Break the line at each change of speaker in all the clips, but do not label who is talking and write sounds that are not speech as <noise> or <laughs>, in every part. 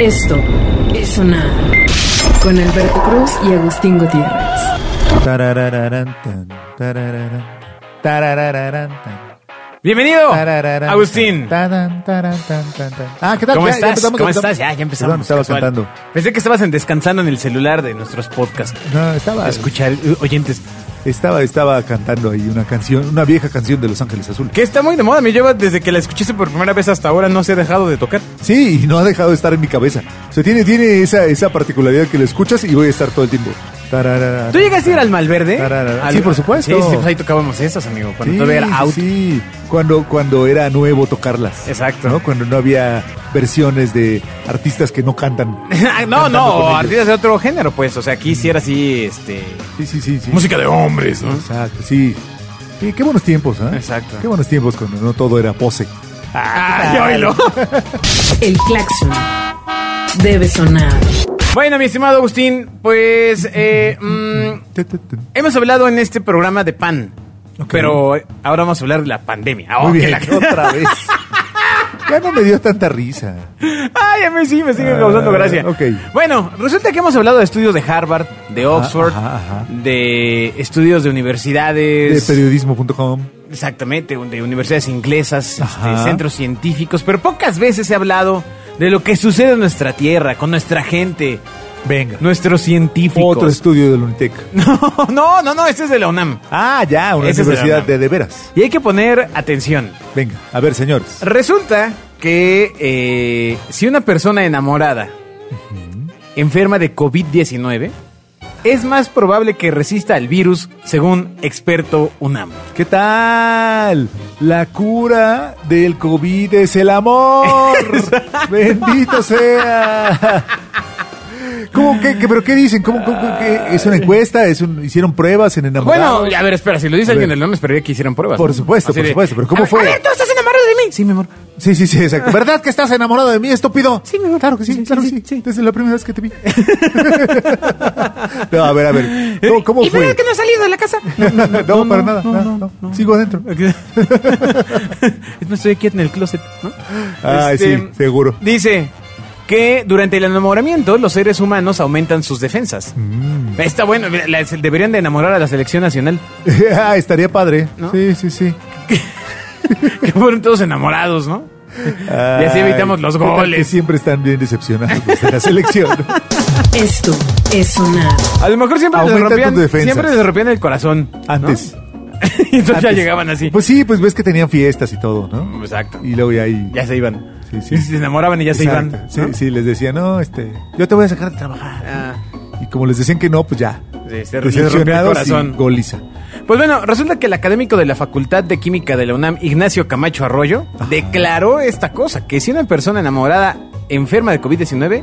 Esto es sonar con Alberto Cruz y Agustín Gutiérrez.
Tararararán, tan, tarararán, tarararán, tan,
Bienvenido,
tarararán,
Oh, Agustín.
tan, tan, tarán, tan, tan, tan. Ah, ¿qué tal?
¿Cómo
Ya- ya
estás?
empezamos,
¿Cómo
empezamos.
estás? Ya, ya empezamos.
Perdón, estaba
casual.
cantando.
Pensé que estabas en- descansando en el celular de nuestros podcasts.
No, estaba,
Escuchar, eh, oyentes.
estaba, estaba cantando ahí una canción, una vieja canción de Los Ángeles Azul.
Que está muy de moda. Me lleva desde que la escuché por primera vez hasta ahora. No se ha dejado de tocar.
Sí, y no ha dejado de estar en mi cabeza. O sea, tiene, tiene esa, esa particularidad que la escuchas y voy a estar todo el tiempo. Tarararán,
¿Tú llegaste a ir al Malverde?
Tararara.
Al-
Sí, por supuesto.
Sí, sí, pues ahí tocábamos esas, amigo. Cuando
Sí,
todavía
sí,
era out.
sí. cuando, cuando era nuevo tocarlas.
Exacto.
¿no? Cuando no había versiones de artistas que no cantan.
Ah, <laughs> no,
Cantando con
no,
ellos.
artistas de otro género, pues. O sea, aquí sí era así, este...
Sí, sí, sí. sí.
Música de hombres, ¿no?
Exacto, sí. Qué, qué buenos tiempos, ¿eh?
Exacto.
Qué buenos tiempos cuando no todo era pose.
Ah, <laughs> ya
<laughs>
oílo.
El claxon debe sonar.
Bueno, mi estimado Agustín, pues... Eh, mm,
Te, te, te. Muy
Hemos hablado en este programa de pan,
Ok.
pero ahora vamos a hablar de la pandemia. Oh, que
bien,
la-
<laughs>
<laughs>
otra vez. Ya no me dio tanta risa.
Ay, a mí sí, me sigue
Ah,
causando gracia.
ok.
Bueno, resulta que hemos hablado de estudios de Harvard, de Oxford,
ajá, ajá.
de estudios de
De
universidades.
periodismo.com.
Exactamente, de universidades inglesas,
Ajá.
este, centros científicos, pero pocas veces he hablado de lo que sucede en nuestra tierra, con nuestra gente,
Venga.
nuestros científicos.
Otro estudio del Unitec.
no, <laughs> no, no, no, este es de la UNAM.
Ah, ya, una
Ese es de la
universidad
UNAM.
de de veras.
Y hay que poner atención.
Venga, a ver, señores.
Resulta que eh, si una persona enamorada enferma de COVID-19, es más probable que resista al virus, según experto UNAM.
¿Qué tal? La cura del COVID es el
<laughs>
amor. Bendito sea. ¿Cómo que, que- pero qué dicen? ¿Cómo, cómo- cómo que es una encuesta? ¿Es un- hicieron pruebas en enamorados?
Bueno, a ver, espera, si lo dice
A
alguien
ver.
del UNAM, esperaría que hicieran pruebas.
Por
¿no?
supuesto,
Así
por
de,
supuesto, pero ¿cómo
a ver,
fue?
A ver, ¿tú estás enamorado de mí? Sí, mi amor.
Sí, sí, sí, exacto. ¿Verdad que estás enamorado de mí, estúpido?
Sí, mi amor.
Claro que sí,
Sí, sí,
claro que
sí,
sí,
sí.
Desde la primera vez que te vi. <laughs> no, a ver, a ver. ¿Cómo, cómo
Eh, ¿Y
fue?
verdad que no has salido de la casa?
<laughs> No, para nada. no,
<laughs>
no. Sigo adentro.
Es más, Estoy aquí en el closet, ¿no?
Ay,
Este,
sí, seguro. <laughs>
Dice que durante el enamoramiento los seres humanos aumentan sus defensas.
Mm.
Está bueno, mira, la- deberían de enamorar a la selección nacional. <laughs>
ah, estaría padre.
¿No?
Sí, sí, sí.
Que fueron todos enamorados, ¿no? Y así evitamos los
¿qué tal
goles.
Ah, que siempre están bien decepcionados los de la selección.
<laughs>
Esto es sonar.
A lo mejor siempre les
Aumentan tus
rompían,
defensas.
siempre les rompían el corazón. ¿no?
Antes.
y entonces <laughs> ya
Antes.
llegaban así.
Pues sí, pues ves que tenían fiestas y todo, ¿no?
Exacto.
Y luego ya ahí.
Ya se iban.
Sí, sí.
Y se enamoraban y ya
Exacto.
se iban.
Sí, sí, les decía, no, este, yo te voy a sacar de trabajar. Y como les decían que no, pues ya.
Ah, Sí, se les rompió el
Decepcionados
corazón.
y Goliza.
Pues bueno, resulta que el académico de la Facultad de Química de la UNAM, Ignacio Camacho Arroyo, declaró esta cosa, que si una persona enamorada enferma de COVID-19,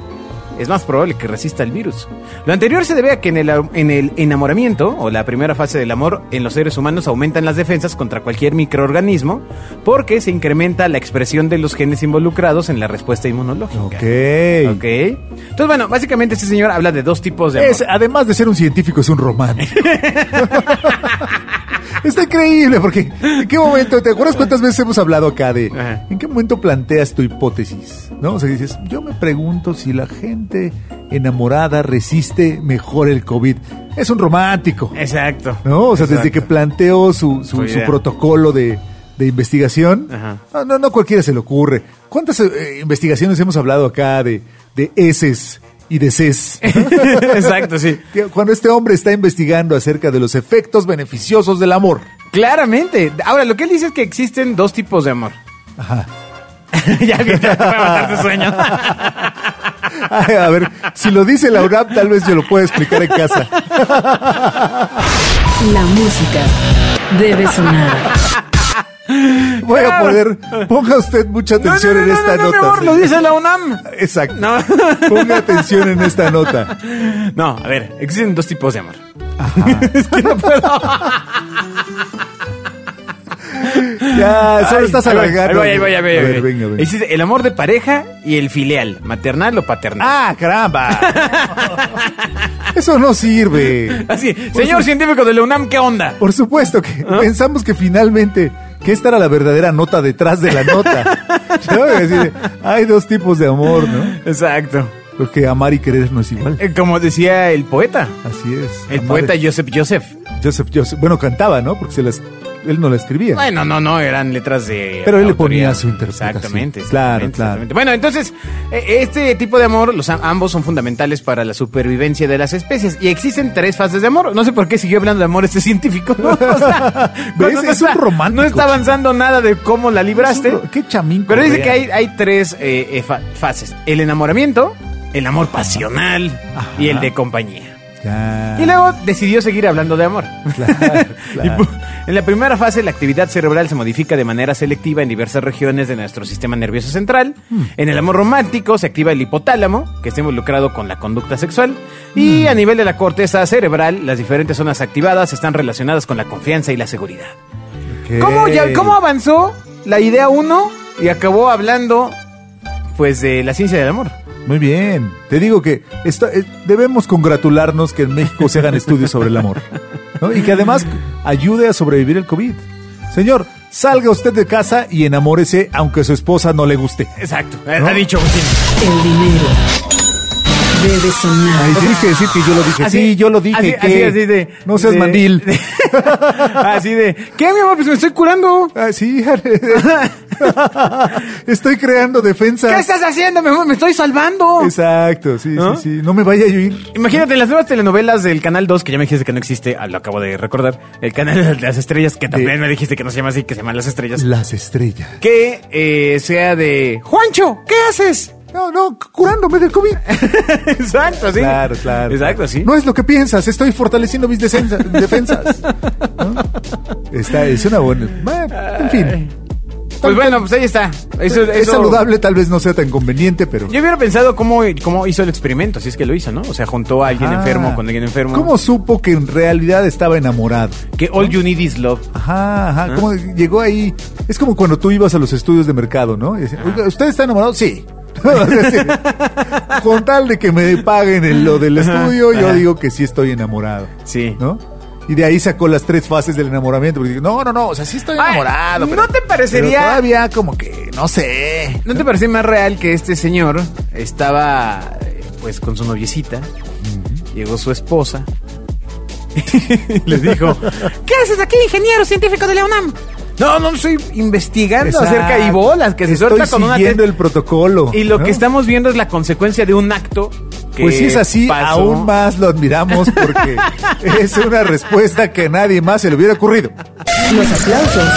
es más probable que resista el virus. Lo anterior se debe a que en el, en el enamoramiento, o la primera fase del amor, en los seres humanos aumentan las defensas contra cualquier microorganismo, porque se incrementa la expresión de los genes involucrados en la respuesta inmunológica.
Ok.
Ok. Entonces, bueno, básicamente este señor habla de dos tipos de amor.
Es, además de ser un científico, es un
<laughs>
romántico. Está increíble porque ¿en qué momento? ¿Te acuerdas cuántas veces hemos hablado acá de
Ajá.
en qué momento planteas tu hipótesis? ¿No? O sea, dices, yo me pregunto si la gente enamorada resiste mejor el COVID. Es un romántico.
Exacto.
¿No? O sea, desde
Exacto.
que planteó su, su-
Su
su
idea.
protocolo de, de investigación,
Ajá.
no, no, no cualquiera se le ocurre. ¿Cuántas eh, investigaciones hemos hablado acá de, de heces y de ces?
<laughs> Exacto, sí.
Que Cuando este hombre está investigando acerca de los efectos beneficiosos del amor.
Claramente. Ahora, lo que él dice es que existen dos tipos de amor. <laughs>
Ajá.
ya alguien te puede matar tu sueño.
Ay, a ver, si lo dice la UNAM, tal vez yo lo pueda explicar en casa.
La música debe sonar.
Voy a
Claro.
poner, ponga usted mucha <laughs> atención en esta
no,
nota.
mi amor, lo
señor.
dice la UNAM.
Exacto. <laughs>
No.
Ponga atención en esta nota.
No, a ver, existen dos tipos de amor. es que no puedo.
Ya, Ah, solo
Ay,
estás
ahí voy,
alargando.
Ahí voy, ahí voy, ahí
A
voy.
ver, venga, venga.
Existe el amor de pareja y el filial, maternal o paternal.
¡Ah, caramba! Eso no sirve.
Así, señor científico de la UNAM, ¿qué onda?
Por
¿Ah?
supuesto que pensamos que finalmente, que esta era la verdadera nota detrás de la nota.
<laughs>
¿Sabes? Así de, Hay dos tipos de amor, ¿no?
Exacto.
Porque amar y querer no es igual.
Eh, Como decía el poeta,
Así es.
el
Amar-
poeta Joseph Joseph.
Joseph, Joseph. Bueno, cantaba, ¿no? Porque se las, él no la escribía.
Bueno, no, no, eran letras de.
Pero él le
autoría.
ponía su interpretación.
Exactamente.
Claro,
exactamente,
claro.
exactamente. Bueno, entonces, eh, este tipo de amor, los, am- ambos son fundamentales para la supervivencia de las especies. Y existen tres fases de amor. No sé por qué siguió hablando de amor este científico. ¿no? <laughs> O sea,
<laughs> ¿Ves?
no, no
Es un romántico,
No está avanzando nada de cómo la libraste.
Qué chamín.
Pero dice que hay, hay tres eh, eh, fa- fases: el enamoramiento, el amor pasional y el de compañía.
Ah.
Y luego decidió seguir hablando de amor.
<laughs> Claro, claro.
<laughs> Y pu- en la primera fase, la actividad cerebral se modifica de manera selectiva en diversas regiones de nuestro sistema nervioso central. En el amor romántico se activa el hipotálamo, que está involucrado con la conducta sexual. Y a nivel de la corteza cerebral, las diferentes zonas activadas están relacionadas con la confianza y la seguridad. ¿Cómo, ya- cómo avanzó la idea 1 y acabó hablando, pues, de la ciencia del amor?
Muy bien. Te digo que está- eh, debemos congratularnos que en México se hagan estudios sobre el amor. ¿no? Y que además ayude a sobrevivir el COVID. Señor, salga usted de casa y enamórese aunque su esposa no le guste.
Exacto, ha dicho Agustín.
El dinero debe
Ay,
sonar.
tienes que decir que yo lo dije. sí, yo lo dije.
Así,
¿qué?
así, así de.
no seas
de-
mandil.
de- <laughs> así de. ¿Qué, mi amor? Pues me estoy curando.
<laughs> Ah, sí, estoy creando defensa.
¿Qué estás haciendo, mi amor? Me estoy salvando.
Exacto, sí,
¿No?
sí, sí. No me vaya a huir.
Imagínate las nuevas telenovelas del Canal 2, que ya me dijiste que no existe, ah, lo acabo de recordar. El Canal de las Estrellas, que también me dijiste que no se llama así, que se llama Las Estrellas.
Las estrellas.
Que eh, sea de. ¡Juancho! ¿Qué haces? <laughs>
No, no, curándome del COVID.
Exacto, sí.
Claro, claro.
Exacto, sí.
No es lo que piensas, estoy fortaleciendo mis
<laughs>
decenza- defensas. ¿No? Está, es una buena. bueno, En fin.
Pues bueno, pues ahí está. Eso,
es
eso-
saludable, tal vez no sea tan conveniente, pero.
Yo hubiera pensado cómo, cómo hizo el experimento, si es que lo hizo, ¿no? O sea, juntó a alguien
Ah.
enfermo con alguien enfermo.
¿Cómo supo que en realidad estaba enamorado?
Que all you need is love.
Ajá,
¿Eh?
ajá. ¿Cómo llegó ahí? Es como cuando tú ibas a los estudios de mercado, ¿no? Y decían, "Oiga, ¿Usted está enamorado? Sí. <laughs> O sea, sí. Con tal de que me paguen el- lo del
Ajá,
estudio, yo
ajá.
digo que sí estoy enamorado.
Sí.
¿No? Y de ahí sacó las tres fases del enamoramiento. Porque digo, no, no, no, o sea, sí estoy
Ay,
enamorado.
¿no te parecería-
pero todavía como que, no sé.
¿No te parece más real que este señor estaba eh, pues con su noviecita? Llegó
<laughs>
su esposa. y le dijo, <laughs> ¿qué haces aquí, ingeniero científico de la UNAM? No, no, estoy investigando acerca de bolas que se
Estoy
suelta con una...
siguiendo
te-
el protocolo.
Y lo
¿no?
que estamos viendo es la consecuencia de un acto que
Pues si es así,
pasó.
aún más lo admiramos
<laughs>
porque es una respuesta que a nadie más se le hubiera ocurrido.
Los aplausos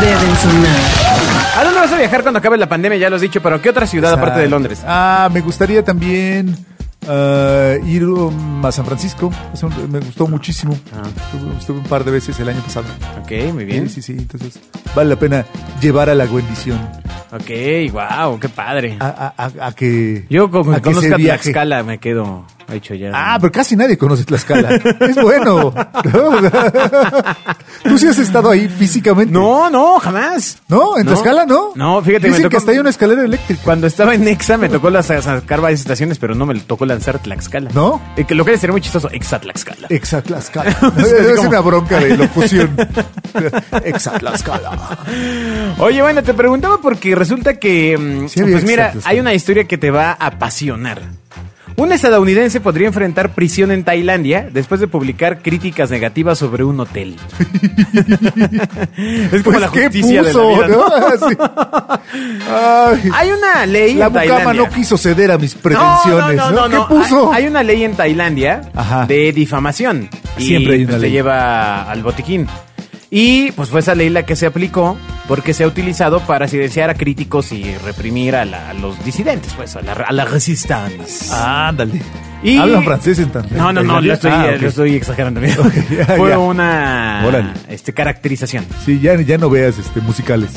deben sonar.
¿A dónde vas a viajar cuando acabe la pandemia? Ya lo has dicho, pero ¿qué otra ciudad aparte de Londres?
Ah, me gustaría también ah, ir um, a San Francisco. Es un- Me gustó muchísimo. Estuve, estuve un par de veces el año pasado.
Ok, muy Ah. bien.
Sí, sí, sí. Entonces, vale la pena llevar a la bendición
Ok, wow, qué padre.
a, a- a- a que.
Yo con
a
que
que se
conozca
viaje.
Tlaxcala me quedo hecho ya.
Ah, pero casi nadie conoce Tlaxcala. es bueno. <laughs> Tú sí has estado ahí físicamente.
No, no, jamás.
¿No? ¿En Tlaxcala no?
No, fíjate, me
Dicen
tocó-
que hasta hay una escalera eléctrica.
Cuando estaba en Exa me tocó las- sacar varias estaciones, pero no me tocó lanzar Tlaxcala.
¿No? Eh.
Eh, que lo que sería muy chistoso, Exa Tlaxcala.
Exatlaxcala.
<laughs> sea, es
Debe ser
como-
una bronca de
<laughs>
locución. Exatlaxcala.
Oye, bueno, te preguntaba porque resulta que, mm,
Sí había
pues mira,
Exa Tlaxcala.
hay una historia que te va a apasionar. Un estadounidense podría enfrentar prisión en Tailandia después de publicar críticas negativas sobre un
<laughs>
hotel. es como
Pues
la
qué
justicia
puso,
de la
<laughs>
vida, ¿no?
¿no? Así. Ay,
Hay una ley
la
en
mucama
Tailandia.
no quiso ceder a mis
No,
pretensiones.
No, no, no,
¿no? ¿Qué
no.
puso?
Hay, hay una ley en Tailandia
Ajá.
de difamación. Y,
Siempre hay una
pues,
ley.
Te lleva al botiquín. Y pues fue esa ley la que se aplicó porque se ha utilizado para silenciar a críticos y reprimir a, la- a los disidentes, pues, a la, a la resistance.
Ah, Ándale.
Y-
Hablan francés en tan
No, no, no, lo estoy, eh,
Ah, ok.
lo estoy
<laughs>
exagerando. mira.
ya,
<laughs> Fue
ya. Órale.
una este, caracterización.
Sí, ya, ya no veas este, musicales.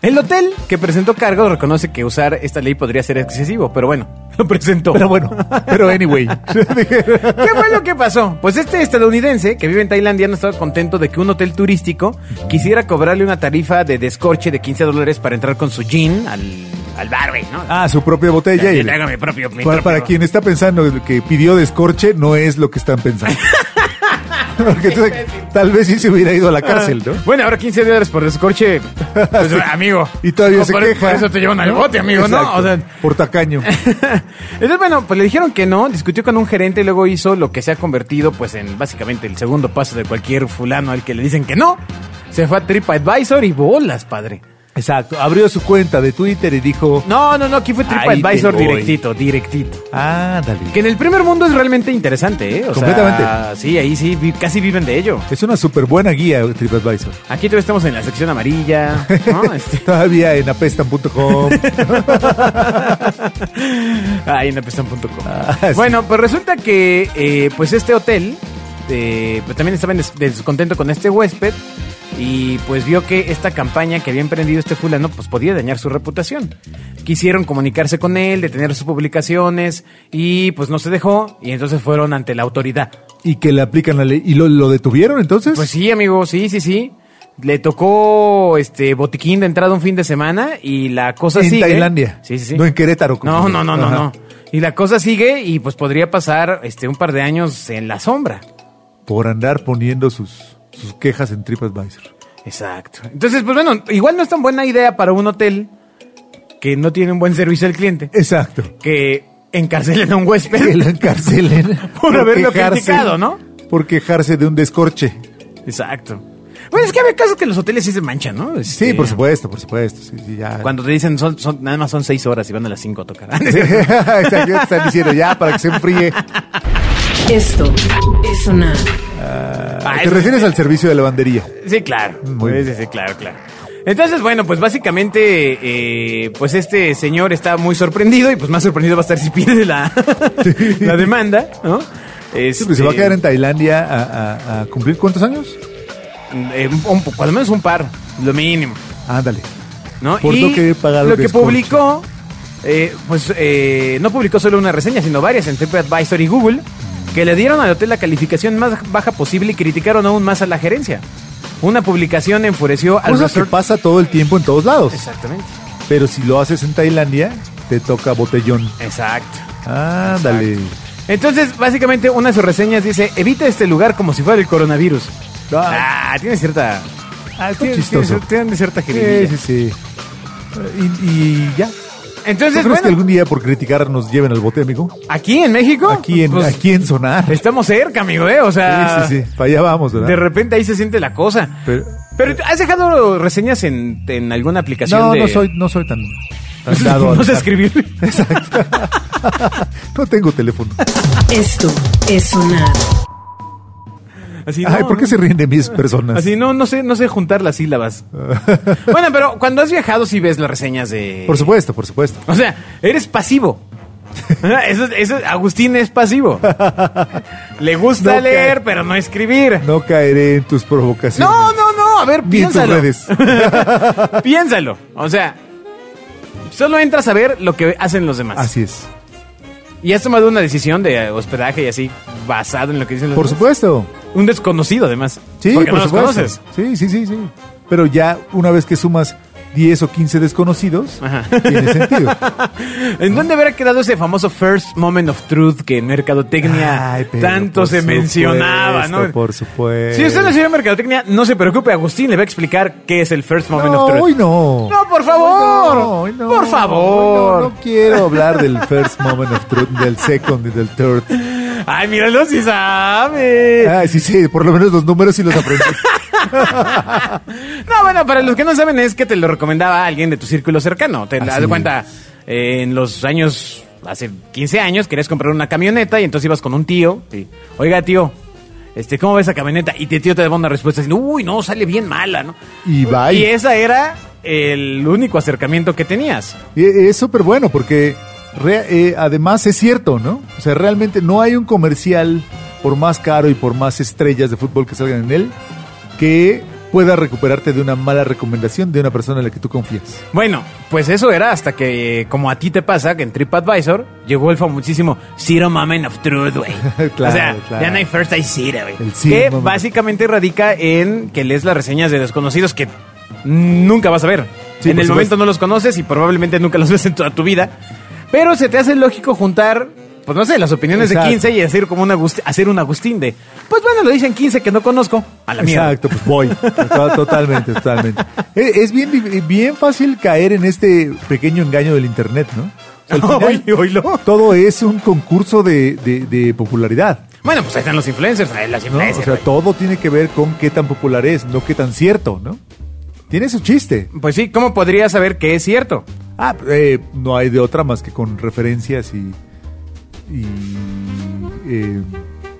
El hotel que presentó cargos reconoce que usar esta ley podría ser excesivo, pero bueno, <laughs> lo presentó.
Pero
<laughs>
bueno, pero anyway. <laughs>
¿Qué fue lo que pasó? Pues este estadounidense que vive en Tailandia no estaba contento de que un hotel turístico quisiera cobrarle una tarifa de descorche de 15 dólares para entrar con su jean al, al bar, güey, ¿no?
ah, su propia botella.
Yo
y-
traigo mi propio- mi
para, para
propio- <laughs>
quien está pensando que pidió descorche, no es lo que están pensando. Porque entonces, tal vez sí se hubiera ido a la cárcel, ¿no?
Bueno, ahora 15 dólares por descorche.
<laughs>
Pues, amigo.
Y todavía
No,
se
por,
queja.
Por eso te llevan al
¿no?
bote, amigo, ¿no?
Exacto.
O sea, <laughs>
Por tacaño.
Entonces, bueno, pues le dijeron que no, discutió con un gerente y luego hizo lo que se ha convertido pues en básicamente el segundo paso de cualquier fulano al que le dicen que no. Se fue a TripAdvisor y bolas, padre.
Exacto. Abrió su cuenta de Twitter y dijo...
No, no, no, aquí fue
Ahí
TripAdvisor
te voy.
directito, directito.
Ah, dale.
Que en el primer mundo es realmente interesante, ¿eh? O sea,
Completamente.
sí, ahí sí, vi- casi viven de ello.
Es una súper buena guía TripAdvisor.
Aquí todavía estamos en la sección amarilla,
<laughs>
¿no? Este,
Todavía en
<laughs>
apestan.com.
ahí en apestan.com.
Ah, sí.
Bueno, pues resulta que eh, pues este hotel eh, pues también estaba en des- descontento con este huésped y pues vio que esta campaña que había emprendido este fulano pues podía dañar su reputación. Quisieron comunicarse con él, detener sus publicaciones y pues no se dejó y entonces fueron ante la autoridad.
y que le aplican la ley. ¿Y lo, lo detuvieron entonces?
Pues sí, amigo, sí, sí, sí. Le tocó este botiquín de entrada un fin de semana y la cosa
en
sigue.
Tailandia.
Sí, sí, sí.
No en Querétaro. como-
No, no, no, no,
Ajá.
no. Y la cosa sigue y pues podría pasar este un par de años en la sombra.
Por andar poniendo sus, sus quejas en TripAdvisor.
Exacto. Entonces, pues bueno, igual no es tan buena idea para un hotel que no tiene un buen servicio al cliente
Exacto.
que encarcelen a un
Que <laughs>
huésped.
la encarcelen.
<laughs> Por haberlo
quejarse-
criticado, ¿no?
Por quejarse de un descorche.
Exacto. Bueno, es que hay casos que los hoteles sí se manchan, ¿no?
Sí,
Este,
por supuesto, por supuesto. Sí, sí, ya.
Cuando te dicen son, son- nada más son seis horas y van a las cinco a tocar. <laughs>
Sí, <laughs> exacto, ya te están diciendo ya para que se enfríe.
Esto es sonar.
Ah,
Te
es-
refieres al servicio de lavandería.
Sí, claro.
Muy
Sí,
bien.
sí, sí, claro, claro. Entonces, bueno, pues básicamente, eh, pues este señor está muy sorprendido y pues más sorprendido va a estar si <laughs> pierde la, la demanda, ¿no?
Sí, pues
Este,
se va a quedar en Tailandia a, a- a cumplir cuántos años?
eh, un poco, al menos un par, lo mínimo,
Ándale.
¿no?
Por
y
lo que pagar
lo
los
que
descuentos.
publicó, eh, pues eh, no publicó solo una reseña, sino varias en TripAdvisor y Google, que le dieron al hotel la calificación más baja posible y criticaron aún más a la gerencia. Una publicación enfureció al
Cosas que
resort-
pasa todo el tiempo en todos lados.
Exactamente.
Pero si lo haces en Tailandia, te toca botellón.
Exacto.
Ándale.
Entonces, básicamente, una de sus reseñas dice: Evita este lugar como si fuera el coronavirus.
Ah.
Ah, tiene cierta.
Ah, está
tiene-
chistoso.
tiene- Tiene cierta
Sí,
jiribilla.
sí, sí. Eh, Y, y ya. ¿Tú
Entonces,
crees
Pues bueno,
que algún día por criticar nos lleven al bote, amigo?
aquí en México.
Aquí en,
pues,
aquí en Sonar. Sí,
Estamos cerca, amigo, ¿eh? O sea.
sí, sí. Para allá vamos, ¿verdad?
De repente ahí se siente la cosa.
Pero-
Pero, ¿has dejado reseñas en, en alguna aplicación?
no,
de-
no soy, no soy tan, tan dado
<laughs> no
al-
sé escribir.
Exacto. no tengo teléfono.
Esto es sonar.
<laughs> Así,
Ay,
no,
¿por qué
no.
se ríen de mis personas?
Así, no, no sé, no sé juntar las sílabas. bueno, pero cuando has viajado, sí ves las reseñas de.
Por supuesto, por supuesto.
O sea,
<laughs>
eres pasivo. Eso, eso, Agustín es pasivo. Le gusta
No,
leer, pero no escribir.
No caeré en tus provocaciones.
No, no, no. A ver,
Ni en tus
piénsalo.
redes. <laughs>
Piénsalo. O sea, solo entras a ver lo que hacen los demás.
Así es.
Y has tomado una decisión de hospedaje y así, basado en lo que dicen los
Por
demás.
supuesto.
Un desconocido, además.
Sí,
porque
por
no los
supuesto.
conoces.
Sí, sí, sí, sí. Pero ya una vez que sumas 10 o 15 desconocidos, tiene sentido.
<laughs> ¿En dónde habrá quedado ese famoso first moment of truth que en Mercadotecnia
Ay, pero
tanto
por
se
supuesto,
mencionaba, no?
Por supuesto.
Si usted no estudió mercadotecnia, no se preocupe, Agustín le va a explicar qué es el first moment
No,
of truth.
hoy no.
No, por favor.
No, hoy no.
Por favor.
Hoy No, no quiero hablar del first moment of truth, del second y del third.
Ay, míralo si sabe.
Ah, sí, sí, por lo menos los números sí los aprendí.
No, bueno, para los que no saben es que te lo recomendaba alguien de tu círculo cercano. Te das
Así
cuenta, eh, en los años, hace 15 años, querías comprar una camioneta y entonces ibas con un tío. y, Oiga, tío, este, ¿cómo ves esa camioneta? Y tu tío te daba una respuesta diciendo, uy, no, sale bien mala, ¿no?
Y bye.
<laughs> Y esa era el único acercamiento que tenías.
Y es súper bueno porque re- eh, además es cierto, ¿no? O sea, realmente no hay un comercial, por más caro y por más estrellas de fútbol que salgan en él, que pueda recuperarte de una mala recomendación de una persona en la que tú confías.
Bueno, pues eso era hasta que, eh, como a ti te pasa, que en TripAdvisor llegó el famosísimo Zero Moment of Truth, güey.
<laughs> Claro,
o sea,
claro.
ya no hay First I Zero, güey.
El Zero
Que
Moment.
básicamente radica en que lees las reseñas de desconocidos que nunca vas a ver.
Sí,
en
por
el
supuesto.
<laughs> momento no los conoces y probablemente nunca los ves en toda tu vida. Pero se te hace lógico juntar pues no sé, las opiniones
Exacto.
de 15 y hacer como un Agustín, hacer un Agustín de, pues bueno, lo dicen 15 que no conozco, a la mierda.
Exacto, pues voy. To- Totalmente, totalmente. Es, es bien, dif- eh, bien fácil caer en este pequeño engaño del Internet, ¿no? O sea, al final,
<laughs> Oye, oílo.
todo es un concurso de, de- de popularidad.
Bueno, pues ahí están los influencers, ahí las
¿no? O
influencers.
sea, todo tiene que ver con qué tan popular es, no qué tan cierto, ¿no? Tiene su chiste.
pues sí, ¿cómo podría saber que es cierto?
Ah, eh, no hay de otra más que con referencias y. y, eh,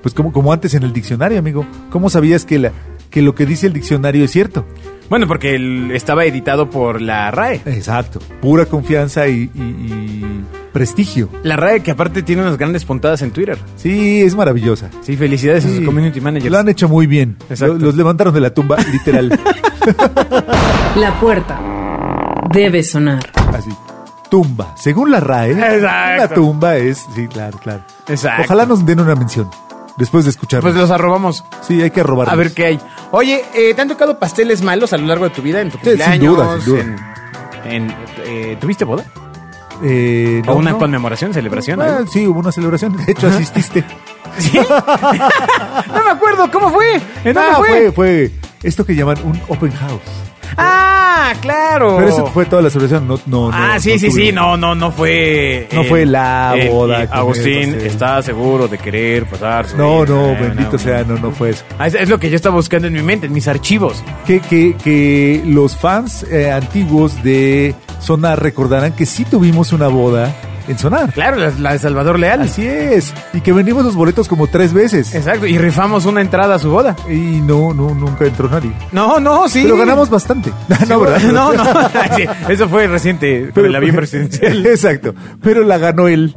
pues como, como antes en el diccionario, amigo. ¿Cómo sabías que, la, que lo que dice el diccionario es cierto?
Bueno, porque el- estaba editado por la RAE.
Exacto. Pura confianza y, y- y prestigio.
La RAE que aparte tiene unas grandes puntadas en Twitter.
Sí, es maravillosa.
Sí, felicidades a
Sí.
sus community managers.
Lo han hecho muy bien.
Exacto.
Lo- Los levantaron de la tumba, literal. <laughs>
La puerta debe sonar.
Así. Tumba. Según la RAE,
Exacto.
una tumba es. Sí, claro, claro.
Exacto.
Ojalá nos den una mención después de escucharlo.
Pues los arrobamos.
sí, hay que robar.
A ver qué hay. Oye, eh, ¿te han tocado pasteles malos a lo largo de tu vida? En tu
Sí, sin
cumpleaños.
duda, sin duda.
en- en, eh, ¿Tuviste boda?
Eh,
¿O
no,
una
no.
conmemoración, celebración?
Ah,
algo?
sí, hubo una celebración. De hecho, asististe.
¿Sí? <laughs> no me acuerdo. ¿Cómo fue? ¿En dónde
Ah,
fue?
fue? fue esto que llaman un open house.
Ah, claro.
Pero eso fue toda la celebración. No, no,
ah,
no,
sí, sí, sí.
tuvimos.
No, no, no fue.
No fue la boda
y
que
Agustín
me pasé.
está seguro de querer pasar. su
No,
vida.
no,
Eh,
bendito sea, no, no fue eso.
Ah, Es, es lo que yo estaba buscando en mi mente, en mis archivos.
Que, que, que los fans eh, antiguos de Sonar recordarán que sí tuvimos una boda en Sonar.
Claro, la, la de Salvador Leal.
Así es. Y que vendimos los boletos como tres veces.
Exacto. Y rifamos una entrada a su boda.
Y no, no, nunca entró nadie.
No, no, sí.
Pero ganamos bastante. <laughs> no, ¿verdad?
<laughs> No, no.
<laughs>
Sí, eso fue reciente, pero el <laughs> avión presidencial.
Exacto. Pero la ganó él.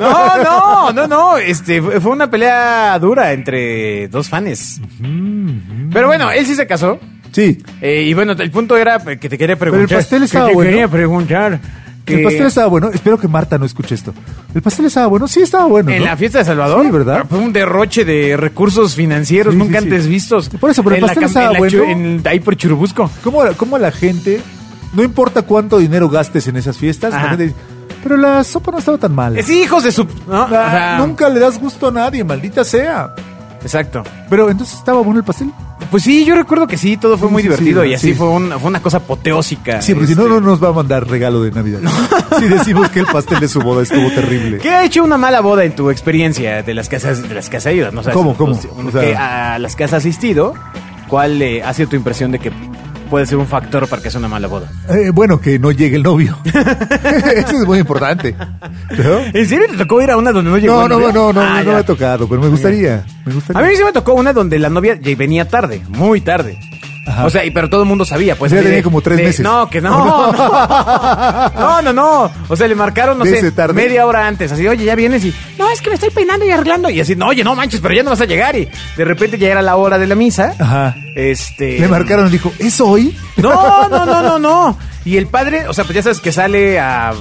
No, no, no, no. Este, fue fue una pelea dura entre dos fans. Pero bueno, él sí se casó.
Sí.
Eh, y bueno, el punto era que te quería
el
preguntar.
pastel estaba
que te
bueno.
quería preguntar. Que
El pastel estaba bueno. Espero que Marta no escuche esto. El pastel estaba bueno. Sí, estaba bueno.
En
¿no?
la fiesta de Salvador.
Sí, ¿verdad?
Fue un derroche de recursos financieros
Sí, sí,
nunca
sí.
antes vistos.
Por eso, pero el
En la
pastel
cam-
estaba
en la chu-
bueno.
en el- ahí por Churubusco.
¿Cómo, ¿Cómo la gente, no importa cuánto dinero gastes en esas fiestas, la
Ajá.
gente dice, pero la sopa no estaba tan mal.
Eh, Sí, hijos de su. ¿no? O sea,
Ah, Nunca le das gusto a nadie, maldita sea.
Exacto.
Pero entonces estaba bueno el pastel.
Pues sí, yo recuerdo que sí, todo fue
Sí,
muy
sí,
divertido
sí,
y así
sí.
fue, una, fue una cosa apoteósica.
Sí, porque si no,
Este,
no nos va a mandar regalo de Navidad. <laughs> Si decimos que el pastel de su boda estuvo terrible.
¿Qué ha hecho una mala boda en tu experiencia de las casas de las que has ido? ¿No sabes?
¿Cómo, cómo?
Los-
O sea-
que a las que has asistido, ¿cuál eh, ha sido tu impresión de que puede ser un factor para que sea una mala boda?
Eh, bueno, que no llegue el
<laughs>
novio. Eso es muy importante. ¿No?
¿En serio te tocó ir a una donde no llegó?
No,
el
no, no, no,
novio?
no,
Ah,
no me
ya.
ha tocado, pero me gustaría. Me
A
gustaría.
mí sí me tocó una donde la novia ya venía tarde, muy tarde.
Ajá.
O sea, y, pero todo el mundo sabía, pues.
Ya
así
tenía
de-
como tres
de-
meses.
No, que no.
¿O <laughs>
No,
no?
no, no. no. O sea, le marcaron, no
¿Desde
sé,
tarde?
media hora antes. Así, oye, ya vienes y. No, es que me estoy peinando y arreglando. Y así, no, oye, no manches, pero ya no vas a llegar. Y de repente ya era la hora de la misa.
Ajá.
Este.
Le marcaron y dijo, ¿es hoy?
No, no, no, no, no. Y el padre, o sea, pues ya sabes que sale a.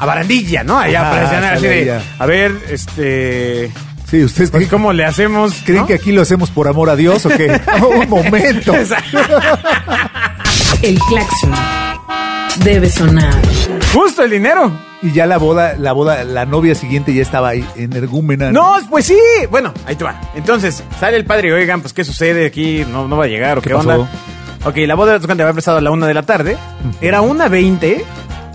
A barandilla, ¿no? Allá
Ajá,
para presionar así
sale
de.
allá.
A ver, este.
<laughs> Sí, ustedes
Pues,
creen,
¿cómo le hacemos?
creen
no? <laughs>
que aquí lo hacemos por amor a Dios o qué? <laughs> Un momento.
Exacto.
El claxon debe sonar.
Justo el dinero.
Y ya la boda, la boda, la novia siguiente ya estaba ahí en Ergúmena.
No, pues sí. Bueno, ahí te va. Entonces, sale el padre y oigan, pues qué sucede aquí, no, no va a llegar o qué,
¿Qué pasó?
onda. Ok, la boda de Tocante había empezado a la una de la tarde. Era una veinte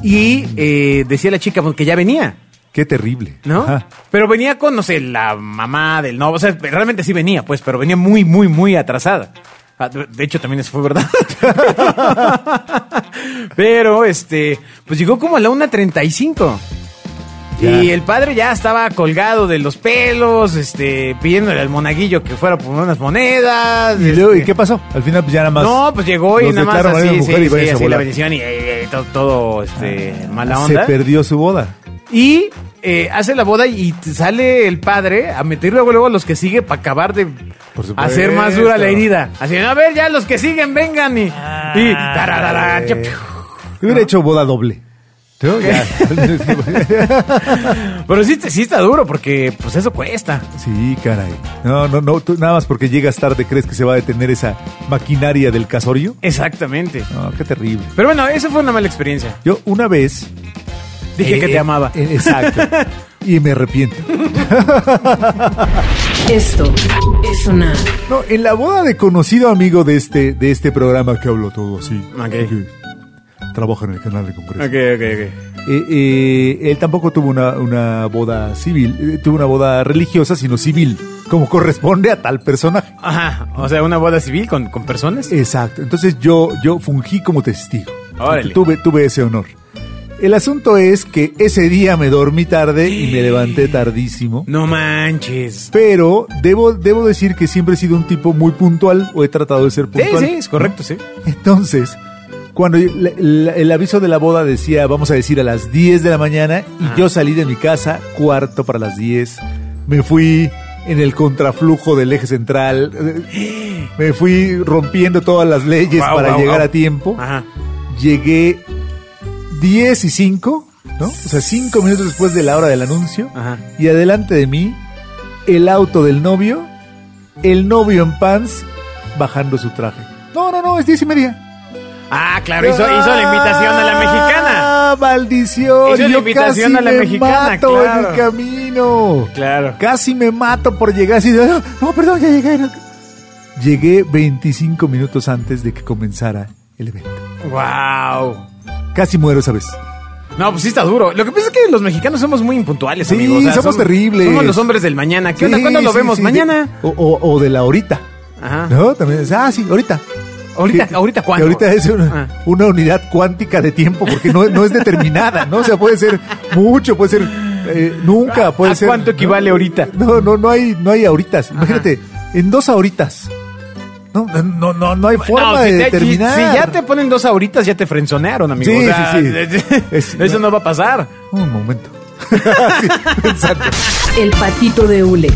y eh, decía la chica pues, que ya venía,
Qué terrible.
¿no?
Ajá.
Pero venía con, no sé, la mamá del novio. O sea, realmente sí venía, pues, pero venía muy, muy, muy atrasada. Ah, De de hecho, también eso fue verdad. <laughs> Pero, este, pues llegó como a la 1.35.
Ya.
Y el padre ya estaba colgado de los pelos, este, pidiéndole al monaguillo que fuera por unas monedas.
Y, luego, ¿y
este.
qué pasó? Al final pues, ya nada más.
No, pues llegó y
los
nada más
declaro marido y
así, sí,
mujer y
sí,
váyanse a
así la
volar. Ah,
bendición y, eh, eh, todo, todo, este, mala
se
onda.
perdió su boda.
Y eh, hace la boda y t- sale el padre a meter luego, luego a los que sigue para acabar de
Por supuesto.
hacer más dura la herida. Así, a ver, ya los que siguen, vengan y... y tararara,
Eh,
chup.
yo hubiera hecho boda doble. ¿No? <laughs> Ya.
Pero sí, te- sí está duro porque pues eso cuesta.
sí, caray. No, no, no. tú nada más porque llegas tarde crees que se va a detener esa maquinaria del casorio.
Exactamente.
No, qué terrible.
Pero bueno, eso fue una mala experiencia.
Yo una vez.
Dije
eh,
que te
eh,
amaba. <laughs>
eh, exacto. y me arrepiento.
Esto es sonar.
No, en la boda de conocido amigo de este, de este programa que hablo todo así.
Ok.
que Trabaja en el canal de Congreso.
ok,
Eh, eh, él tampoco tuvo una, una boda civil, eh, tuvo una boda religiosa, sino civil, como corresponde a tal personaje.
ok. Ajá. O sea, una boda civil con, con personas.
Exacto. Entonces yo, yo fungí como testigo.
Órale.
Tuve, tuve ese honor. El asunto es que ese día me dormí tarde y me levanté tardísimo.
No manches.
Pero debo, debo decir que siempre he sido un tipo muy puntual o he tratado de ser
Sí,
puntual.
sí, es correcto, sí.
Entonces, cuando yo- la- la- el aviso de la boda decía, vamos a decir a las 10 de la mañana, y
Ajá.
yo salí de mi casa, cuarto para las 10, me fui en el contraflujo del eje central,
<gasps>
eh, me fui rompiendo todas las leyes
Guau,
para
guau,
llegar
guau. Ah.
a tiempo,
Ajá.
llegué 10 y 5, ¿no? O sea, 5 minutos después de la hora del anuncio,
Ajá.
y adelante de mí, el auto del novio, el novio en pants, bajando su traje. No, no, no, es 10 y media.
Ah, claro, hizo, hizo la invitación a la mexicana.
¡Ah, maldición!
Hizo la
Yo
invitación
casi
a la
me
mexicana,
mato en
claro.
el camino.
Claro.
Casi me mato por llegar así de, "Ah, No, perdón, ya llegué. no". Llegué 25 minutos antes de que comenzara el evento.
Wow.
Casi muero esa vez.
No, pues sí está duro. Lo que pasa es que los mexicanos somos muy impuntuales,
Sí,
amigos.
somos terribles.
Somos los hombres del mañana. ¿Qué onda?
Sí,
¿Cuándo lo
sí,
vemos?
sí, de-
¿Mañana?
o, o- o de la ahorita.
Ajá.
¿No? También es, ah, sí, ahorita.
¿Ahorita,
Que-
ahorita
que
cuándo?
ahorita es una,
Ah.
una unidad cuántica de tiempo, porque no, no es determinada, ¿no? O sea, puede ser mucho, puede ser eh, nunca, puede
Ah, ¿A
ser.
cuánto equivale ahorita?
No, no, no hay, no hay ahoritas. Imagínate, en dos ahoritas. No, no, no, no hay forma
No, si
de
te- si-
determinar.
Si, ya te ponen dos ahoritas, ya te frenzonearon, amigo.
Sí,
O sea,
sí, sí. Es-
<laughs> eso no va a pasar.
Un momento.
El patito de hule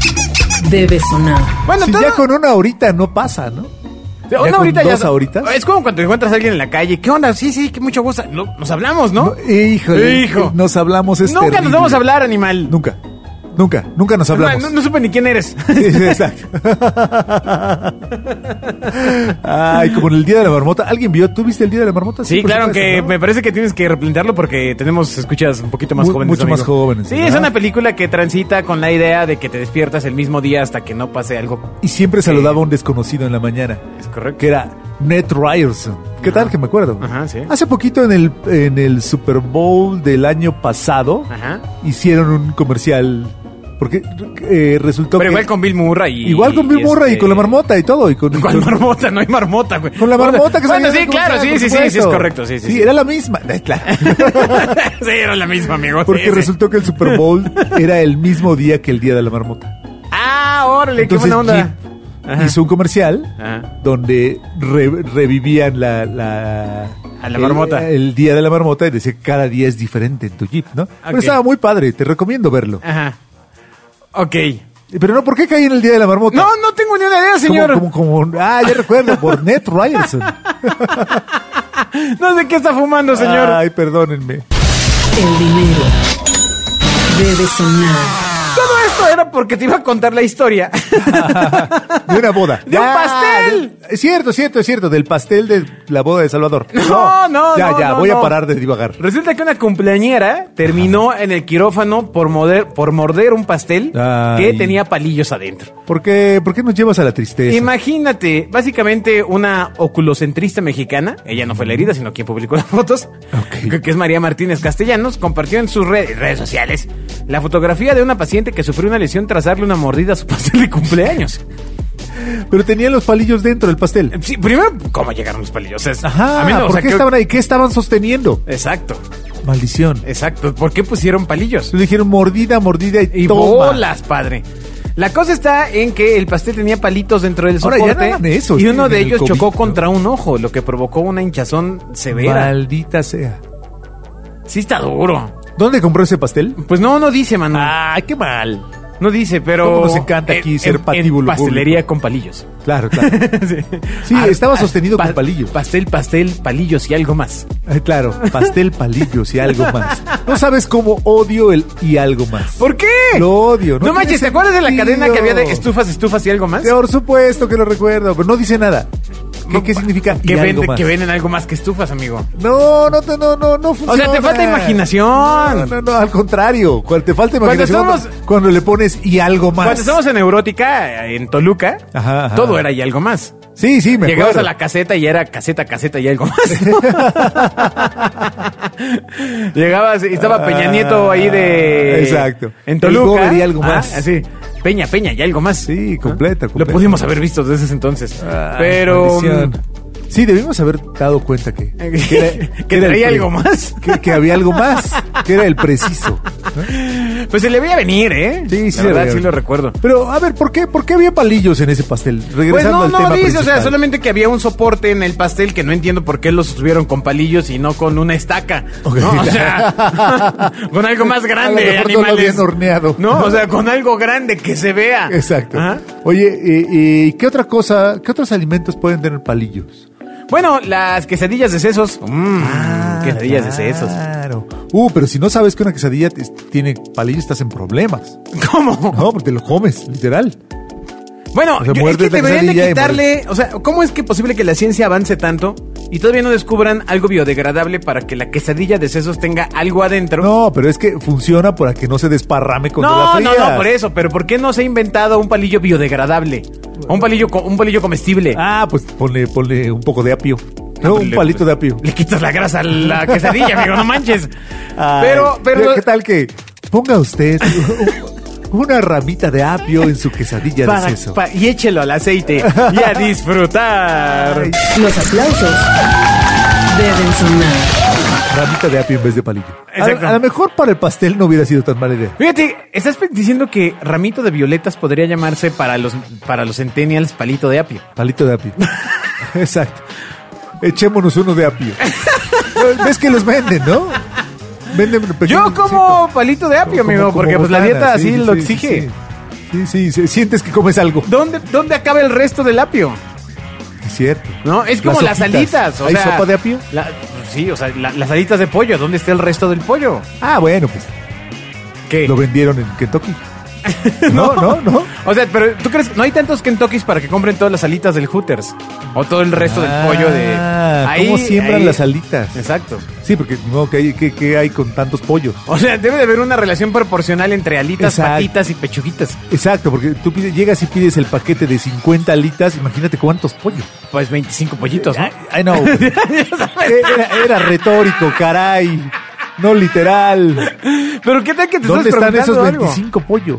debe sonar.
Bueno,
si
todo-
ya con una ahorita no pasa, ¿no?
una
ya con
ahorita ya-
dos ahoritas.
Es como cuando encuentras a alguien en la calle. ¿Qué onda? Sí, sí, que mucho gusto. No, Nos hablamos, ¿no?
No, híjole, eh,
Hijo.
nos hablamos es
Nunca nos
terrible.
vamos a hablar, animal.
Nunca, nunca, nunca nos hablamos.
No, no supe ni quién eres.
Sí, sí, exacto. Ay, como en el Día de la Marmota. ¿Alguien vio? ¿Tú viste el Día de la Marmota?
Sí,
por
claro,
supuesto,
aunque
¿no?
me parece que tienes que replantearlo porque tenemos escuchas un poquito más
Mu-
jóvenes.
mucho más jóvenes,
Sí,
¿verdad?
es una película que transita con la idea de que te despiertas el mismo día hasta que no pase algo.
Y siempre saludaba a un desconocido en la mañana,
Es correcto.
que era Ned Ryerson. ¿Qué tal? Que me acuerdo.
Ajá, sí.
Hace poquito en el, en el Super Bowl del año pasado
Ajá.
hicieron un comercial. Porque eh, resultó
Pero
que-
igual con Bill Murray. Y,
igual con Bill Murray y
este,
con la
<laughs>
marmota y todo. Y con, y
¿Cuál
con-
marmota? No hay marmota, güey.
con la marmota que salía
Bueno,
en
sí,
el
claro, sí,
comercial, por
sí, sí, sí, es
supuesto.
correcto, sí, sí.
Sí,
sí.
era la misma. <laughs> Claro.
<laughs> Sí, era la misma, amigo. sí,
Porque
sí.
resultó que el Super
<laughs>
Bowl era el mismo día que el Día de la Marmota.
Ah, órale,
Entonces
qué buena onda.
Jeep
Ajá.
hizo un comercial
Ajá.
donde re- revivían la, la,
A la
el-
marmota.
El, Día de la Marmota y decía que cada día es diferente en tu Jeep, ¿no? Pero
Ok. Ah.
estaba muy padre, te recomiendo verlo.
Ajá. Ok.
Pero no, ¿por qué caí en el Día de la Marmota?
No, no tengo ni una idea,
Como-
señor.
Como, como- ah, ya recuerdo, por Ned
<laughs>
Ryerson.
No sé qué está fumando, señor.
Ay, perdónenme.
El dinero debe sonar.
Ah.
Todo esto era porque te iba a contar la historia. <laughs>
De una boda.
¡De un pastel!
de- es cierto, es cierto, es cierto. Del pastel de la boda de Salvador.
No, no,
Ya,
no,
ya,
no,
voy a
no.
parar de divagar.
Resulta que una cumpleañera terminó en el quirófano por morder, por morder un pastel
Ay.
que tenía palillos adentro.
¿Por qué, por qué nos llevas a la tristeza?
Imagínate, básicamente una oculocentrista mexicana, ella no fue la herida, sino quien publicó las fotos,
Ok.
que- que es María Martínez Castellanos, compartió en sus re- redes sociales la fotografía de una paciente que sufrió una lesión tras darle una mordida a su <laughs> pastel de cumpleaños.
Pero tenía los palillos dentro del pastel.
Sí, primero, ¿cómo llegaron los palillos? Es-
Ajá,
a mí no, o
¿por
sea,
qué
creo-
estaban ahí? ¿Qué estaban sosteniendo?
Exacto.
Maldición.
Exacto, ¿por qué pusieron palillos?
Le dijeron mordida, mordida y,
Y
toma.
bolas, padre. La cosa está en que el pastel tenía palitos dentro del
Ahora, ya
soporte
no hagan eso,
y
tienen
uno de
el
ellos
COVID,
chocó
¿no?
contra un ojo, lo que provocó una hinchazón severa.
Maldita sea.
Sí está duro.
¿Dónde compró ese pastel?
Pues no, no dice, Manuel.
Ah, qué mal.
no dice, pero...
¿Cómo nos encanta aquí ser patíbulo
pastelería
público?
con palillos.
Claro, claro.
<laughs> sí,
<laughs> Sí, estaba sostenido con palillos.
Pastel, pastel, palillos y algo más.
Ay, claro, pastel, palillos y algo más. No sabes cómo odio el y algo más.
¿Por qué?
Lo odio.
No,
No,
manches,
tiene
¿te acuerdas de la
sentido.
cadena que había de estufas, estufas y algo más?
Por supuesto que lo recuerdo, pero no dice nada. ¿Qué, qué significa?
Que,
y algo
vende-
más?
que venden algo más que estufas, amigo.
No, no, te- no, no, no funciona.
te falta imaginación.
No, no, no, al contrario. Cuando te falta
Cuando
imaginación, cuando,
estamos-
cuando le pones y algo más.
Cuando estábamos en Neurótica, en Toluca,
Ajá, ajá.
todo era y algo más.
Sí, sí, me
Llegabas
acuerdo.
a la caseta y era caseta, caseta y
<laughs>
algo más. Llegabas y estaba Peña Nieto ahí de.
Ah, Exacto.
En
El
Toluca.
Gober y algo
Ah,
más.
así. Peña, Peña y algo más. Ah,
Sí, completa,
Lo
completa.
pudimos haber visto desde ese entonces.
Ah,
Pero. mm,
maldición. Sí, debimos haber dado cuenta
<laughs>
que...
que
era- era el
traía
pre-
algo más.
Que, que había algo
<laughs>
más, que era el preciso.
Pues se le veía venir, ¿eh?
Sí, sí,
La verdad,
le-
sí lo recuerdo.
Pero, a ver, ¿por qué, ¿por qué había palillos en ese pastel?
Pues
Regresando
no,
al
no
tema
dice, o sea,
principal.
solamente que había un soporte en el pastel que no entiendo por qué lo sostuvieron con palillos y no con una estaca.
Ok.
¿no?
<laughs>
O sea, con algo más grande,
A lo mejor no lo
animales.
habían horneado.
No, o sea, con algo grande que se vea.
Exacto.
Ajá.
Oye, eh, eh, ¿qué otra cosa, qué otros alimentos pueden tener palillos?
Bueno, las quesadillas de sesos. Mm,
Ah,
quesadillas de sesos.
Claro. Uh, pero si no sabes que una quesadilla te- tiene palillos, estás en problemas.
¿Cómo?
No, porque te lo comes, literal.
Bueno,
O sea,
yo- es
muerdes
que
la
deberían
quesadilla
de
y
quitarle, o sea, ¿cómo es que posible que la ciencia avance tanto y todavía no descubran algo biodegradable para que la quesadilla de sesos tenga algo adentro?
No, pero es que funciona para que no se desparrame con la
No,
fría.
no, no, por eso, pero ¿por qué no se ha inventado un palillo biodegradable? O un palillo, co- un palillo comestible.
Ah, pues ponle, ponle un poco de apio.
No,
No, un
Ah, pues le-
palito de apio.
Le quitas la grasa a la <laughs> quesadilla, amigo, no manches.
Ay,
pero, pero.
¿Qué tal que ponga usted una ramita de apio en su quesadilla
para-
de seso?
pa- y échelo al aceite y a disfrutar.
Ay,
Los aplausos deben sonar.
ramita de apio en vez de palillo. A-
Exacto.
A, lo mejor para el pastel no hubiera sido tan mala idea.
Fíjate, estás pe- diciendo que ramito de violetas podría llamarse para los, para los centennials palito de apio.
Palito de apio. <laughs> Exacto. Echémonos uno de
<laughs>
apio. Ves que los venden, ¿no? Venden
Yo
pequeños
como palito de apio,
como-
amigo,
como
porque pues la
botana,
dieta
sí,
así
sí,
lo
sí,
exige.
Sí, sí, sí, sí, sientes que comes algo.
¿Dónde, ¿Dónde acaba el resto del apio?
Es cierto.
No, es como las,
hojitas.
alitas. O
¿Hay
sea,
sopa de apio?
la- sí, o sea, la- las alitas de pollo. ¿Dónde está el resto del pollo?
Ah, bueno, pues
¿Qué?
lo vendieron en
<laughs>
Kentucky. No, no, no.
O sea, pero ¿tú crees? No hay tantos Kentuckys para que compren todas las alitas del Hooters. O todo el resto
Ah,
del pollo de...
¿Cómo
Ahí-
siembran
ahí-
las alitas?
Exacto.
Sí, porque no, ¿qué hay, qué- qué hay con tantos pollos?
O sea, debe de haber una relación proporcional entre alitas,
Exacto.
patitas y pechuguitas.
Exacto, porque tú pides- llegas y pides el paquete de 50 alitas, imagínate cuántos pollos.
Pues 25 pollitos, ¿no?
I, I
<laughs>
know. era, era retórico, caray. No literal.
Pero ¿qué tal que te
¿Dónde
estás
están esos
preguntando algo?
25 pollos?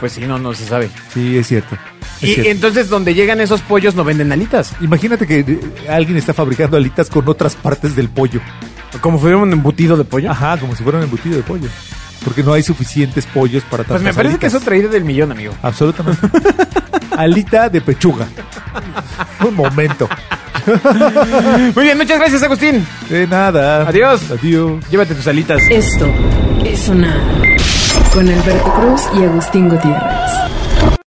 Pues sí, no, no se sabe.
Sí, es cierto. es
Y
cierto.
entonces donde llegan esos pollos no venden alitas.
Imagínate que eh, alguien está fabricando alitas con otras partes del pollo.
Como fuera un embutido de pollo.
Ajá, como si fuera un embutido de pollo. Porque no hay suficientes pollos para tantas
Pues me parece que es
alitas.
otra idea del millón, amigo. <laughs>
Absolutamente. Alita de pechuga. Un momento.
Muy bien, muchas gracias, Agustín.
De nada.
Adiós.
Adiós.
Llévate tus alitas.
Esto es sonar. Con Alberto Cruz y Agustín Gutiérrez.